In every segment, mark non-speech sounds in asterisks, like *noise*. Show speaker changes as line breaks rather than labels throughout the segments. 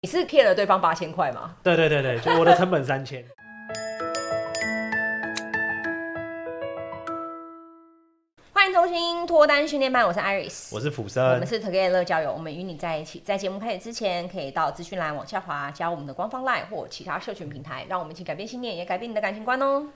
你是骗了对方八千块吗？
对对对对，就我的成本三千。
欢迎偷听脱单训练班，我是 Iris，
*laughs* 我是普
我们是
生，
Together 交友，我们与你在一起。在节目开始之前，可以到资讯栏往下滑，加入我们的官方 LINE 或其他社群平台，让我们一起改变信念，也改变你的感情观哦。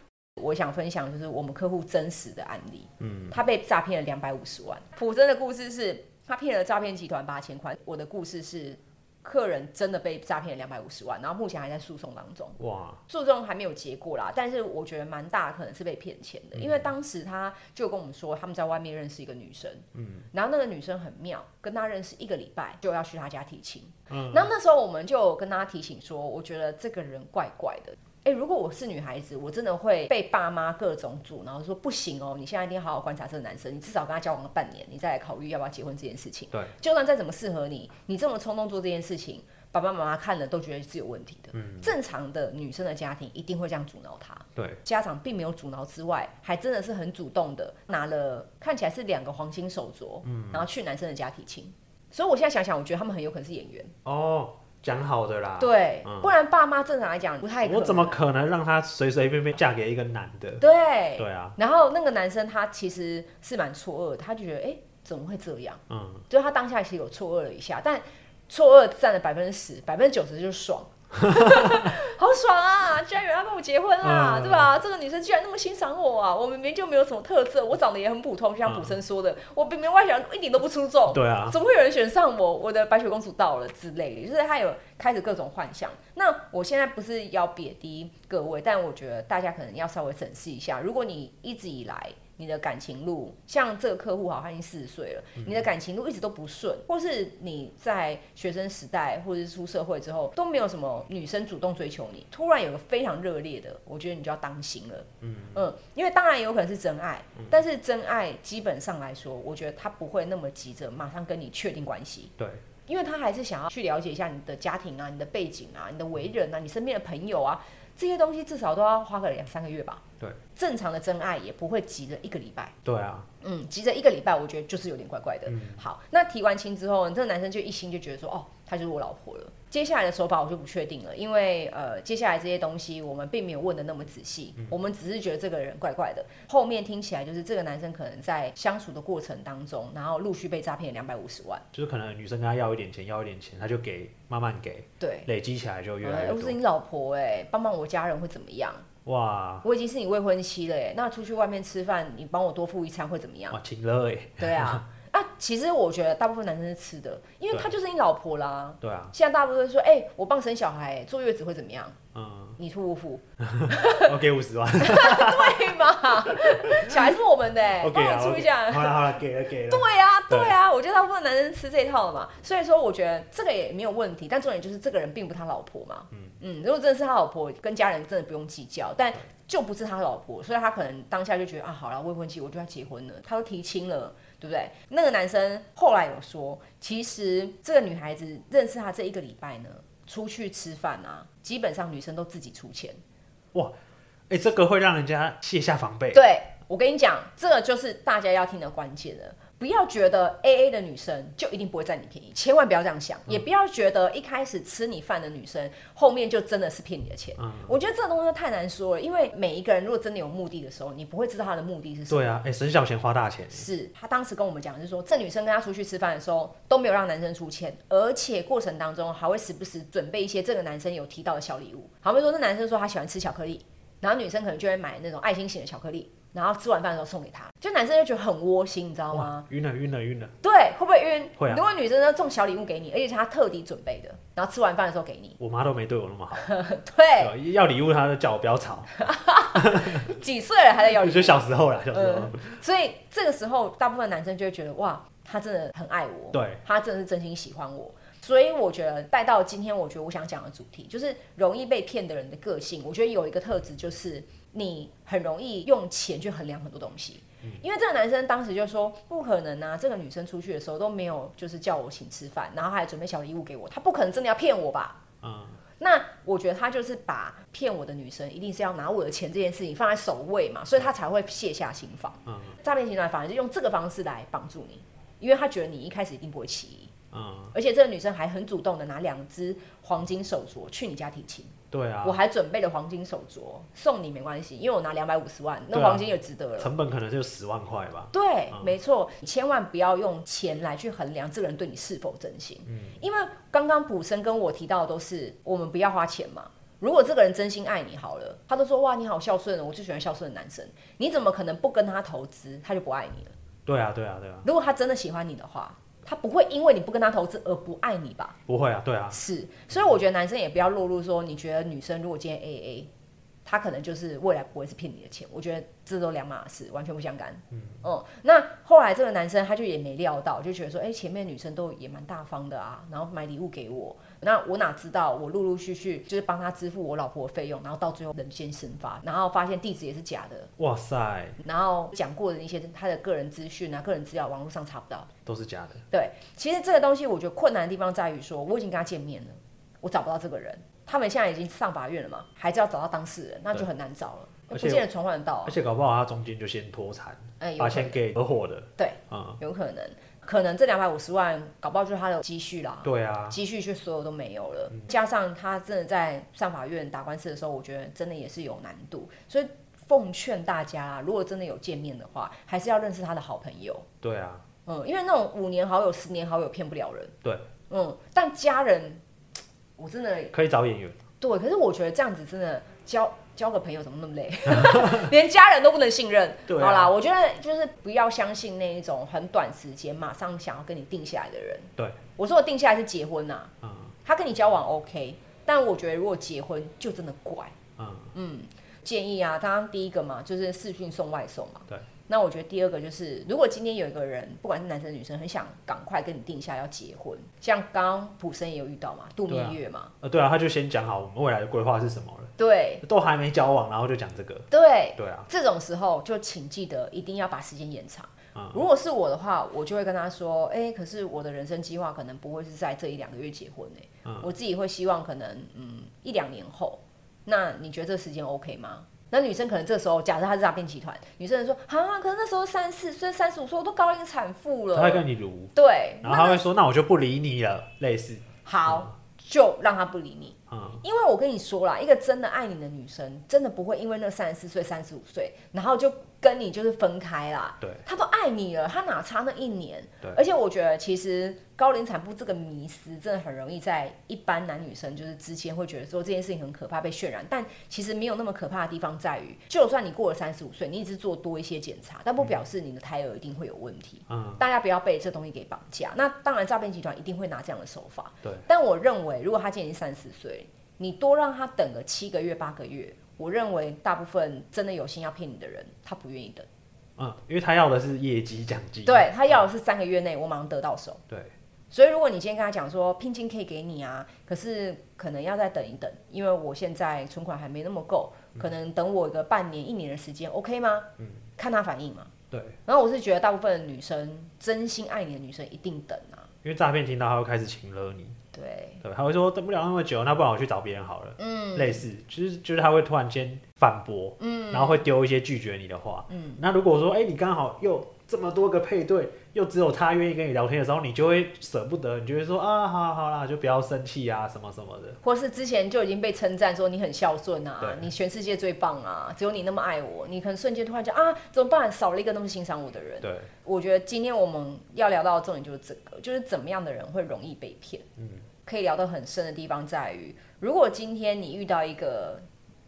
我想分享就是我们客户真实的案例，
嗯，
他被诈骗了两百五十万。普真的故事是他骗了诈骗集团八千块，我的故事是客人真的被诈骗了两百五十万，然后目前还在诉讼当中。
哇，
诉讼还没有结果啦，但是我觉得蛮大可能是被骗钱的，因
嗯
为当时他就跟我们说他们在外面认识一个女生，嗯，然后那个女生很妙，跟他认识一个礼拜就要去他家提亲，
嗯
然后那时候我们就有跟他提醒说，我觉得这个人怪怪的。哎、如果我是女孩子，我真的会被爸妈各种阻挠，说不行哦，你现在一定要好好观察这个男生，你至少跟他交往了半年，你再来考虑要不要结婚这件事情。
对，
就算再怎么适合你，你这么冲动做这件事情，爸爸妈妈看了都觉得是有问题的。
嗯
正常的女生的家庭一定会这样阻挠她。
对，
家长并没有阻挠之外，还真的是很主动的拿了看起来是两个黄金手镯，
嗯
然后去男生的家提亲。所以我现在想想，我觉得他们很有可能是演员，
哦，讲好的啦，，
对，
嗯
不然爸妈正常来讲不太可能。
我怎么可能让她随随便便嫁给一个男的？
对？
对啊，
然后那个男生他其实是蛮错愕的，他就觉得哎、诶怎么会这样？
嗯，
就他当下其实有错愕了一下，但错愕占了百分之十，百分之九十就是爽， *laughs* 好爽啊！居然有人要跟我结婚啦，
嗯
对吧？这个女生居然那么欣赏我啊！我明明就没有什么特色，我长得也很普通，就像
嗯
普生说的，我明明外表一点都不出众，
对啊，
怎么会有人选上我？我的白雪公主到了之类的，就是他有开始各种幻想。那我现在不是要贬低各位，但我觉得大家可能要稍微审视一下，如果你一直以来。你的感情路，像这个客户好，他已经四十岁了，你的感情路一直都不顺，或是你在学生时代，或者是出社会之后都没有什么女生主动追求你，突然有个非常热烈的，我觉得你就要当心了。嗯，因为当然有可能是真爱，但是真爱基本上来说，我觉得他不会那么急着马上跟你确定关系，
对，
因为他还是想要去了解一下你的家庭啊、你的背景啊、你的为人啊、你身边的朋友啊这些东西，至少都要花个两三个月吧。
对，
正常的真爱也不会急着一个礼拜。
对啊，
嗯，急着一个礼拜，我觉得就是有点怪怪的。
嗯
好，那提完亲之后，这个男生就一心就觉得说，哦，她就是我老婆了。接下来的手法我就不确定了，因为呃，接下来这些东西我们并没有问的那么仔细，
嗯
我们只是觉得这个人怪怪的。后面听起来就是这个男生可能在相处的过程当中，然后陆续被诈骗两百五十万，
就是可能女生跟他要一点钱，要一点钱，他就给，慢慢给，
对。
累积起来就越来
呃
越
我是
多。
你老婆哎、帮帮我家人会怎么样？
哇
我已经是你未婚妻了哎、那出去外面吃饭，你帮我多付一餐会怎么样？
哇，情了哎，
对
*laughs*
啊，啊，其实我觉得大部分男生是吃的，因为
对
他就是你老婆啦。
对啊，
现在大部分说，哎、我帮生小孩、坐月子会怎么样？
嗯，
你付不付？
我给五十万
对嘛？小孩是我们的、哎
*laughs* ，OK
帮
啊
我出一
，OK，
下。
好了好了，给了给了，
对啊，
对
对啊，我觉得大部分男生吃这一套的嘛，所以说我觉得这个也没有问题，但重点就是这个人并不是他老婆嘛，嗯如果真的是他老婆，跟家人真的不用计较，但就不是他老婆，所以他可能当下就觉得啊，好了，未婚妻我就要结婚了，他都提亲了，对不对？那个男生后来有说，其实这个女孩子认识他这一个礼拜呢，出去吃饭啊，基本上女生都自己出钱，
哎，这个会让人家卸下防备。
对，我跟你讲，这个就是大家要听的关键了。不要觉得 A A 的女生就一定不会占你便宜，千万不要这样想，也不要觉得一开始吃你饭的女生后面就真的是骗你的钱。我觉得这个东西太难说了，因为每一个人如果真的有目的的时候，你不会知道他的目的是什么。
对啊，哎，省小钱花大钱，
是他当时跟我们讲，就是说这女生跟他出去吃饭的时候都没有让男生出钱，而且过程当中还会时不时准备一些这个男生有提到的小礼物，好比说这男生说他喜欢吃巧克力，然后女生可能就会买那种爱心型的巧克力，然后吃完饭的时候送给他，就男生就觉得很窝心，你知道吗？
哇，晕了晕了晕了，
对，会不会晕？
会啊
如果女生呢送小礼物给你，而且是他特地准备的，然后吃完饭的时候给你，
我妈都没对我那么好。
对，
对要礼物他就叫我不要
*laughs*
吵，
几岁了还在要
我
礼
就
物？
小时候啦，小时候
嗯，，所以这个时候大部分男生就会觉得哇，他真的很爱我，
对，
他真的是真心喜欢我。所以我觉得带到今天，我觉得我想讲的主题就是容易被骗的人的个性。我觉得有一个特质就是你很容易用钱去衡量很多东西。因为这个男生当时就说不可能啊，这个女生出去的时候都没有就是叫我请吃饭，然后还准备小礼物给我，他不可能真的要骗我吧？
嗯，
那我觉得他就是把骗我的女生一定是要拿我的钱这件事情放在首位嘛，所以他才会卸下心防。
嗯
诈骗集团反而就用这个方式来帮助你，因为他觉得你一开始一定不会起疑，
嗯，
而且这个女生还很主动的拿两只黄金手镯去你家提亲，
对啊
我，还准备了黄金手镯送你没关系，因为我拿两百五十万，那
对啊
黄金也值得了。
成本可能就十万块吧。
对，
嗯
没错，你千万不要用钱来去衡量这个人对你是否真心。
嗯
因为刚刚普生跟我提到的都是我们不要花钱嘛。如果这个人真心爱你好了，他都说哇你好孝顺哦，我就喜欢孝顺的男生，你怎么可能不跟他投资，他就不爱你了？
对啊，对啊，对啊，
如果他真的喜欢你的话，他不会因为你不跟他投资而不爱你吧？
不会啊，对啊，
是，所以我觉得男生也不要落入说，你觉得女生如果今天 A A，她可能就是未来不会是骗你的钱。我觉得这都两码事，完全不相干。嗯那后来这个男生他就也没料到，就觉得说，哎、前面女生都也蛮大方的啊，然后买礼物给我，那我哪知道我陆陆续续就是帮他支付我老婆的费用，然后到最后人间蒸发，然后发现地址也是假的，
哇塞，
然后讲过的一些他的个人资讯啊、个人资料，网络上查不到。
都是假的。
对，其实这个东西我觉得困难的地方在于说，我已经跟他见面了，我找不到这个人，他们现在已经上法院了嘛，还是要找到当事人，那就很难找了，
而
不
且
见得传唤得到啊
而。且搞不好他中间就先脱产，
哎，有
把
可
钱
能，
给合伙的。
对，
嗯，
有可能，可能这两百五十万搞不好就是他的积蓄啦，
对嗯啊，
积蓄却所有都没有了，加上他真的在上法院打官司的时候，我觉得真的也是有难度，所以奉劝大家啊，如果真的有见面的话，还是要认识他的好朋友。
对啊，
嗯，因为那种五年好友、十年好友骗不了人。
对，
嗯，但家人，我真的
可以找演员。
对，可是我觉得这样子真的交交个朋友怎么那么累， *laughs* 连家人都不能信任。
对啊
好啦，我觉得就是不要相信那一种很短时间马上想要跟你定下来的人。
对，
我说我定下来是结婚呐、
嗯
他跟你交往 OK，但我觉得如果结婚就真的怪。
嗯，
建议啊，当然第一个嘛，就是视讯送外送嘛。
对。
那我觉得第二个就是，如果今天有一个人，不管是男生女生，很想赶快跟你定下要结婚，像刚刚普生也有遇到嘛，度蜜
对啊
月嘛，
呃，对啊，他就先讲好我们未来的规划是什么了，
对
都还没交往，然后就讲这个。
对，
对啊，
这种时候就请记得一定要把时间延长。
嗯，
如果是我的话，我就会跟他说，哎、可是我的人生计划可能不会是在这一两个月结婚诶、
嗯
我自己会希望可能嗯一两年后，那你觉得这时间 OK 吗？那女生可能这时候，假设她是诈骗集团，女生就说啊，可是那时候三十四岁、三十五岁，我都高龄产妇
他会
了，
跟你撸，
对，
然后他
那
会说：“那我就不理你了。”类似，
好就让她不理你。
嗯，
因为我跟你说啦，一个真的爱你的女生，真的不会因为那三十四岁、三十五岁，然后就跟你就是分开啦。
对，
她都爱你了，她哪差那一年？
对
而且我觉得，其实高龄产妇这个迷思，真的很容易在一般男女生就是之间会觉得说这件事情很可怕，被渲染。但其实没有那么可怕的地方在于，就算你过了三十五岁，你一直做多一些检查，但不表示你的胎儿一定会有问题。
嗯，
大家不要被这东西给绑架。那当然，诈骗集团一定会拿这样的手法。
对，
但我认为，如果他今年三十岁，你多让他等个七个月、八个月，我认为大部分真的有心要骗你的人，他不愿意等。
嗯，因为他要的是业绩奖金。
对他要的是三个月内我马上得到手。
对，
所以，如果你今天跟他讲说聘金可以给你啊，可是可能要再等一等，因为我现在存款还没那么够，可能等我一个半年、一年的时间，OK 吗？
嗯
看他反应嘛。
对，
然后我是觉得大部分的女生，真心爱你的女生一定等啊。
因为诈骗听到他会开始请了你，
对，
对，他会说等不了那么久，那不然我去找别人好了。嗯，类似，就是就是他会突然间反驳，嗯，然后会丢一些拒绝你的话，嗯。那如果说，哎、你刚好又这么多个配对，又只有他愿意跟你聊天的时候，你就会舍不得，你就会说啊，好啦好啦，就不要生气啊，什么什么的。
或是之前就已经被称赞说你很孝顺啊
对，
你全世界最棒啊，只有你那么爱我，你可能瞬间突然讲啊，怎么办？少了一个那么欣赏我的人。
对，
我觉得今天我们要聊到的重点就是这个，就是怎么样的人会容易被骗。嗯，可以聊得很深的地方在于，如果今天你遇到一个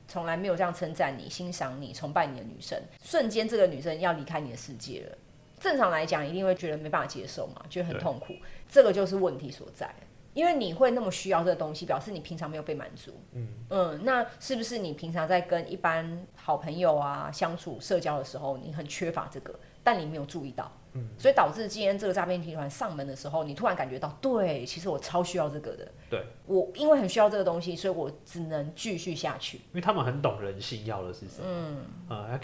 从来没有这样称赞你、欣赏你、崇拜你的女生，瞬间这个女生要离开你的世界了，正常来讲一定会觉得没办法接受嘛，觉得很
对
痛苦，这个就是问题所在。因为你会那么需要这个东西，表示你平常没有被满足。嗯那是不是你平常在跟一般好朋友啊相处、社交的时候，你很缺乏这个，但你没有注意到？
嗯
所以导致今天这个诈骗集团上门的时候，你突然感觉到，对，其实我超需要这个的。
对，
我因为很需要这个东西，所以我只能继续下去。
因为他们很懂人性要的是什么。嗯，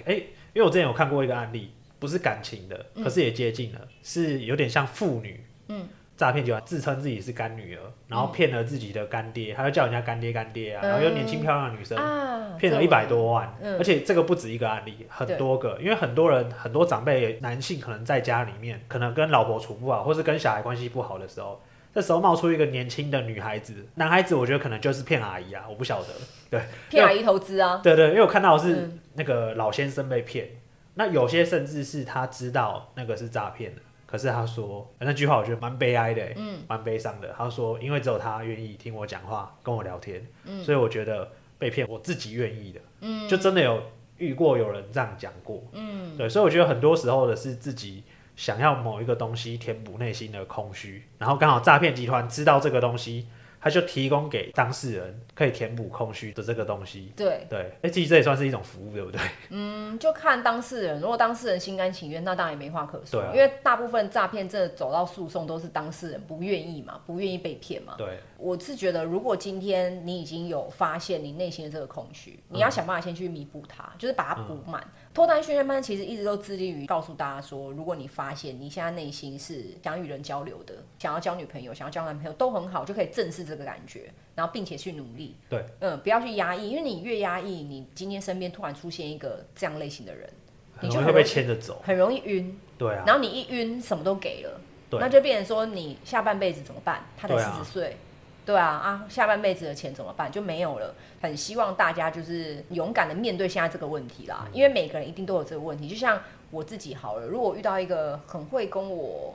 哎、因为我之前有看过一个案例，不是感情的，可是也接近了，是有点像妇女。嗯，诈骗集团自称自己是干女儿，然后骗了自己的干爹，还要叫人家干爹干爹啊，然后又年轻漂亮的女生。
啊，
骗了一
这
百
样
多万，而且这个不止一个案例，很多个，因为很多人很多长辈男性可能在家里面，可能跟老婆处不好，或是跟小孩关系不好的时候，这时候冒出一个年轻的女孩子，男孩子我觉得可能就是骗阿姨啊，我不晓得。对，
骗阿姨投资啊，
对对，因为我看到的是那个老先生被骗，那有些甚至是他知道那个是诈骗的，可是他说那句话我觉得蛮悲哀的，嗯，蛮悲伤的。他说因为只有他愿意听我讲话，跟我聊天，所以我觉得被骗我自己愿意的，嗯，就真的有遇过有人这样讲过，嗯，对，所以我觉得很多时候的是自己。想要某一个东西填补内心的空虚，然后刚好诈骗集团知道这个东西，他就提供给当事人可以填补空虚的这个东西。
对，
对，哎、其实这也算是一种服务，对不对？
嗯，就看当事人，如果当事人心甘情愿，那当然也没话可说，
对啊
因为大部分诈骗真的走到诉讼都是当事人不愿意嘛，不愿意被骗嘛。
对，
我是觉得，如果今天你已经有发现你内心的这个空虚，你
嗯
要想办法先去弥补它，就是把它补满。脱单训练班其实一直都致力于告诉大家说，如果你发现你现在内心是想与人交流的，想要交女朋友、想要交男朋友都很好，就可以正视这个感觉，然后并且去努力。
对，
嗯，不要去压抑，因为你越压抑，你今天身边突然出现一个这样类型的人，
很
你就
容
很
易会被
容易
牵着走。
很容易晕，
对啊，
然后你一晕，什么都给了，
对
那就变成说你下半辈子怎么办？他才
对
四
啊
十岁，对啊啊，下半辈子的钱怎么办？就没有了。很希望大家就是勇敢的面对现在这个问题
嗯
啦，因为每个人一定都有这个问题。就像我自己好了，如果遇到一个很会跟我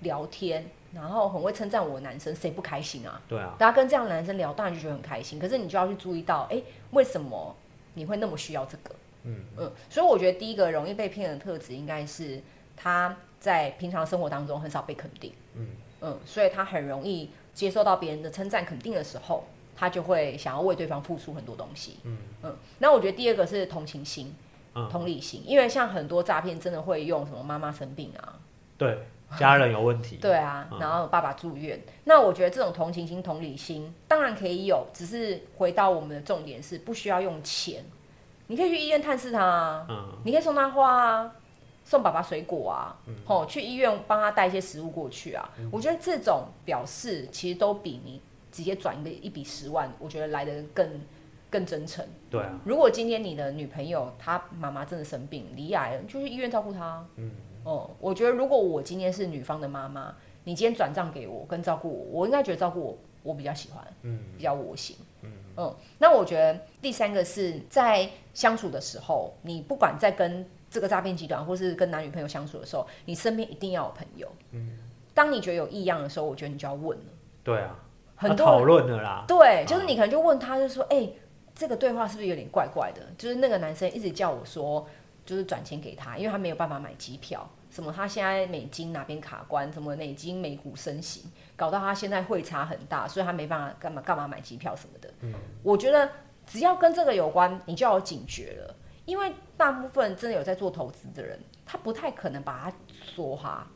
聊天，然后很会称赞我的男生，谁不开心啊？
对啊，
大家跟这样的男生聊，当然就觉得很开心。可是你就要去注意到，哎、为什么你会那么需要这个？
嗯
嗯，所以我觉得第一个容易被骗的特质，应该是他在平常生活当中很少被肯定。
嗯
嗯，所以他很容易接受到别人的称赞肯定的时候，他就会想要为对方付出很多东西。
嗯
嗯，那我觉得第二个是同情心、
嗯，
同理心，因为像很多诈骗真的会用什么妈妈生病啊，
对，家人有问题。
对啊，
嗯
然后爸爸住院。那我觉得这种同情心、同理心当然可以有，只是回到我们的重点是不需要用钱，你可以去医院探视他啊，
嗯，
你可以送他花啊，送爸爸水果啊，哦，去医院帮他带一些食物过去啊。我觉得这种表示其实都比你直接转一个一笔十万，我觉得来的更更真诚。
对啊，
如果今天你的女朋友她妈妈真的生病离癌了，你就去医院照顾她啊。
嗯
哦，我觉得如果我今天是女方的妈妈，你今天转账给我跟照顾我，我应该觉得照顾我我比较喜欢，
嗯
比较我行。嗯，那我觉得第三个是在相处的时候，你不管在跟这个诈骗集团或是跟男女朋友相处的时候，你身边一定要有朋友。
嗯
当你觉得有异样的时候，我觉得你就要问了。
对啊，
很
要
多人
讨论了啦。
对，就是你可能就问他，就说：“哎、这个对话是不是有点怪怪的？”就是那个男生一直叫我说，就是转钱给他，因为他没有办法买机票，什么他现在美金哪边卡关，什么美金美股升息，搞到他现在汇差很大，所以他没办法干嘛干嘛买机票什么的。我觉得只要跟这个有关，你就要有警觉了。因为大部分真的有在做投资的人，他不太可能把它梭哈，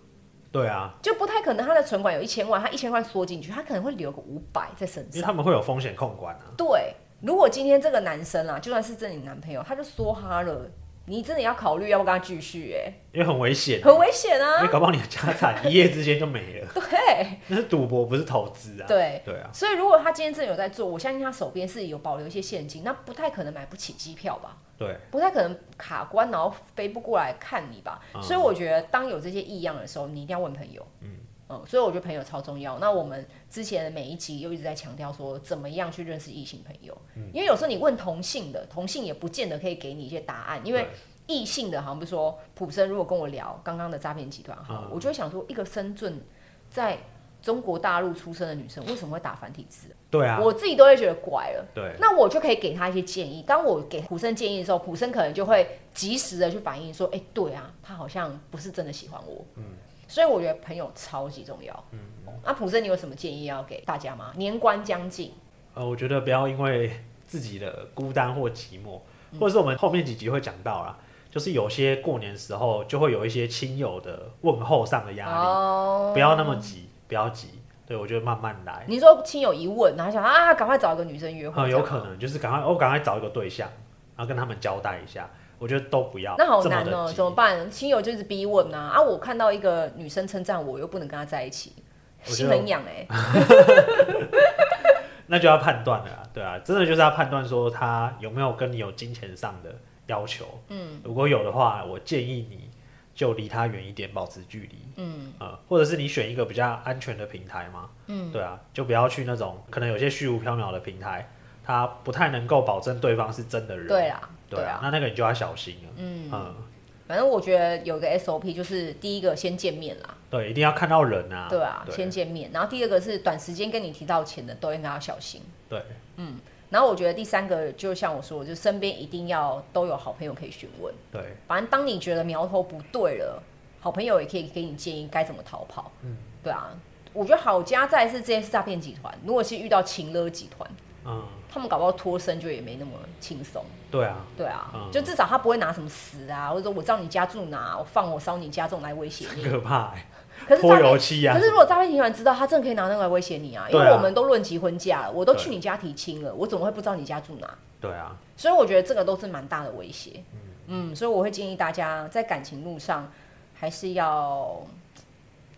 对啊，
就不太可能他的存款有一千万，他一千万缩进去，他可能会留个五百在身
因
上
为。他们会有风险控管啊。
对，如果今天这个男生啊，就算是这你男朋友，他就说哈了，你真的要考虑要不要跟他继续、
因为很危险
哎，，很危险
因为
啊。。
搞不好你的家产一夜之间就没了
对
那是赌博，不是投资啊。
对，
对啊，
所以如果他今天真的有在做，我相信他手边是有保留一些现金，那不太可能买不起机票吧。
对，
不太可能卡关，然后飞不过来看你吧。
嗯
所以我觉得，当有这些异样的时候，你一定要问朋友。嗯所以我觉得朋友超重要。那我们之前的每一集又一直在强调说，怎么样去认识异性朋友、
嗯
因为有时候你问同性的，同性也不见得可以给你一些答案，因为
对
异性的，好像比如说普生，如果跟我聊刚刚的诈骗集团，哈、
嗯
我就会想说，一个深圳在中国大陆出生的女生，为什么会打繁体字？
对啊，
我自己都会觉得怪了。
对，
那我就可以给他一些建议。当我给普生建议的时候，普生可能就会及时的去反映说：“哎、对啊，他好像不是真的喜欢我。”嗯，所以我觉得朋友超级重要。嗯，那、普生，你有什么建议要给大家吗？年关将近，
呃，我觉得不要因为自己的孤单或寂寞，
嗯
或者是我们后面几集会讲到啦，就是有些过年时候就会有一些亲友的问候上的压力，
哦
不要那么急，不要急，对我觉得慢慢来，
你说亲友一问，然后想啊，赶快找一个女生约会，
很有
这样
可
吗。
能就是赶快，我、哦赶快找一个对象，然后跟他们交代一下，我觉得都不要
那好
这么
难
的
哦，
急，
怎么办？亲友就是逼问呐、啊！我看到一个女生称赞我，又不能跟她在一起，
我觉
心
得
很痒哎、
那就要判断了啦，对啊，真的就是要判断说他有没有跟你有金钱上的要求，嗯，如果有的话，我建议你就离他远一点，保持距离。嗯，呃，或者是你选一个比较安全的平台嘛。嗯，对啊，就不要去那种可能有些虚无缥缈的平台，它不太能够保证对方是真的人。
对啦，
对啊，那那个你就要小心了。嗯
反正我觉得有一个 SOP 就是第一个先见面啦，
对，一定要看到人啊。
对啊，先见面。然后第二个是短时间跟你提到钱的都应该要小心。嗯
对，
然后我觉得第三个就像我说的，就身边一定要都有好朋友可以询问。
对，
反正当你觉得苗头不对了，好朋友也可以给你建议该怎么逃跑。嗯，对啊，我觉得好家在是这些是诈骗集团，如果是遇到情勒集团，
嗯，
他们搞不好脱身就也没那么轻松。
对啊，
对啊，
嗯
就至少他不会拿什么死啊，或者说我知道你家住哪，我放火烧你家这种来威胁
*laughs*
你。
可怕、欸。
可是
泼
诈
油
骗，
漆啊
可是如果诈骗集团知道，他真的可以拿那个来威胁你啊，因为
对啊
我们都论及婚嫁了，我都去
对
你家提亲了，我怎么会不知道你家住哪？
对啊，
所以我觉得这个都是蛮大的威胁。嗯，所以我会建议大家在感情路上还是要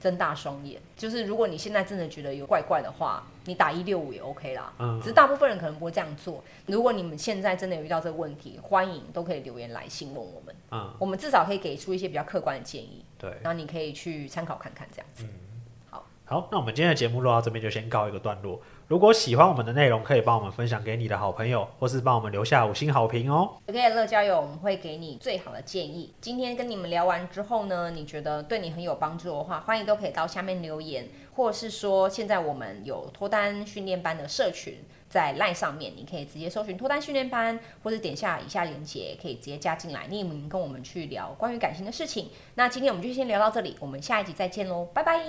睁大双眼。就是如果你现在真的觉得有怪怪的话，你打一六五也 OK 啦。
嗯
只是大部分人可能不会这样做。如果你们现在真的有遇到这个问题，欢迎都可以留言来信问我们，
嗯，
我们至少可以给出一些比较客观的建议，
对。
然后你可以去参考看看这样子。
好，那我们今天的节目录到这边就先告一个段落。如果喜欢我们的内容，可以帮我们分享给你的好朋友，或是帮我们留下五星好评哦。
OK，乐交友我们会给你最好的建议。今天跟你们聊完之后呢，你觉得对你很有帮助的话，欢迎都可以到下面留言，或是说现在我们有脱单训练班的社群，在 LINE 上面，你可以直接搜寻脱单训练班，或者点下以下链接，可以直接加进来，匿名跟我们去聊关于感情的事情。那今天我们就先聊到这里，我们下一集再见喽，拜拜。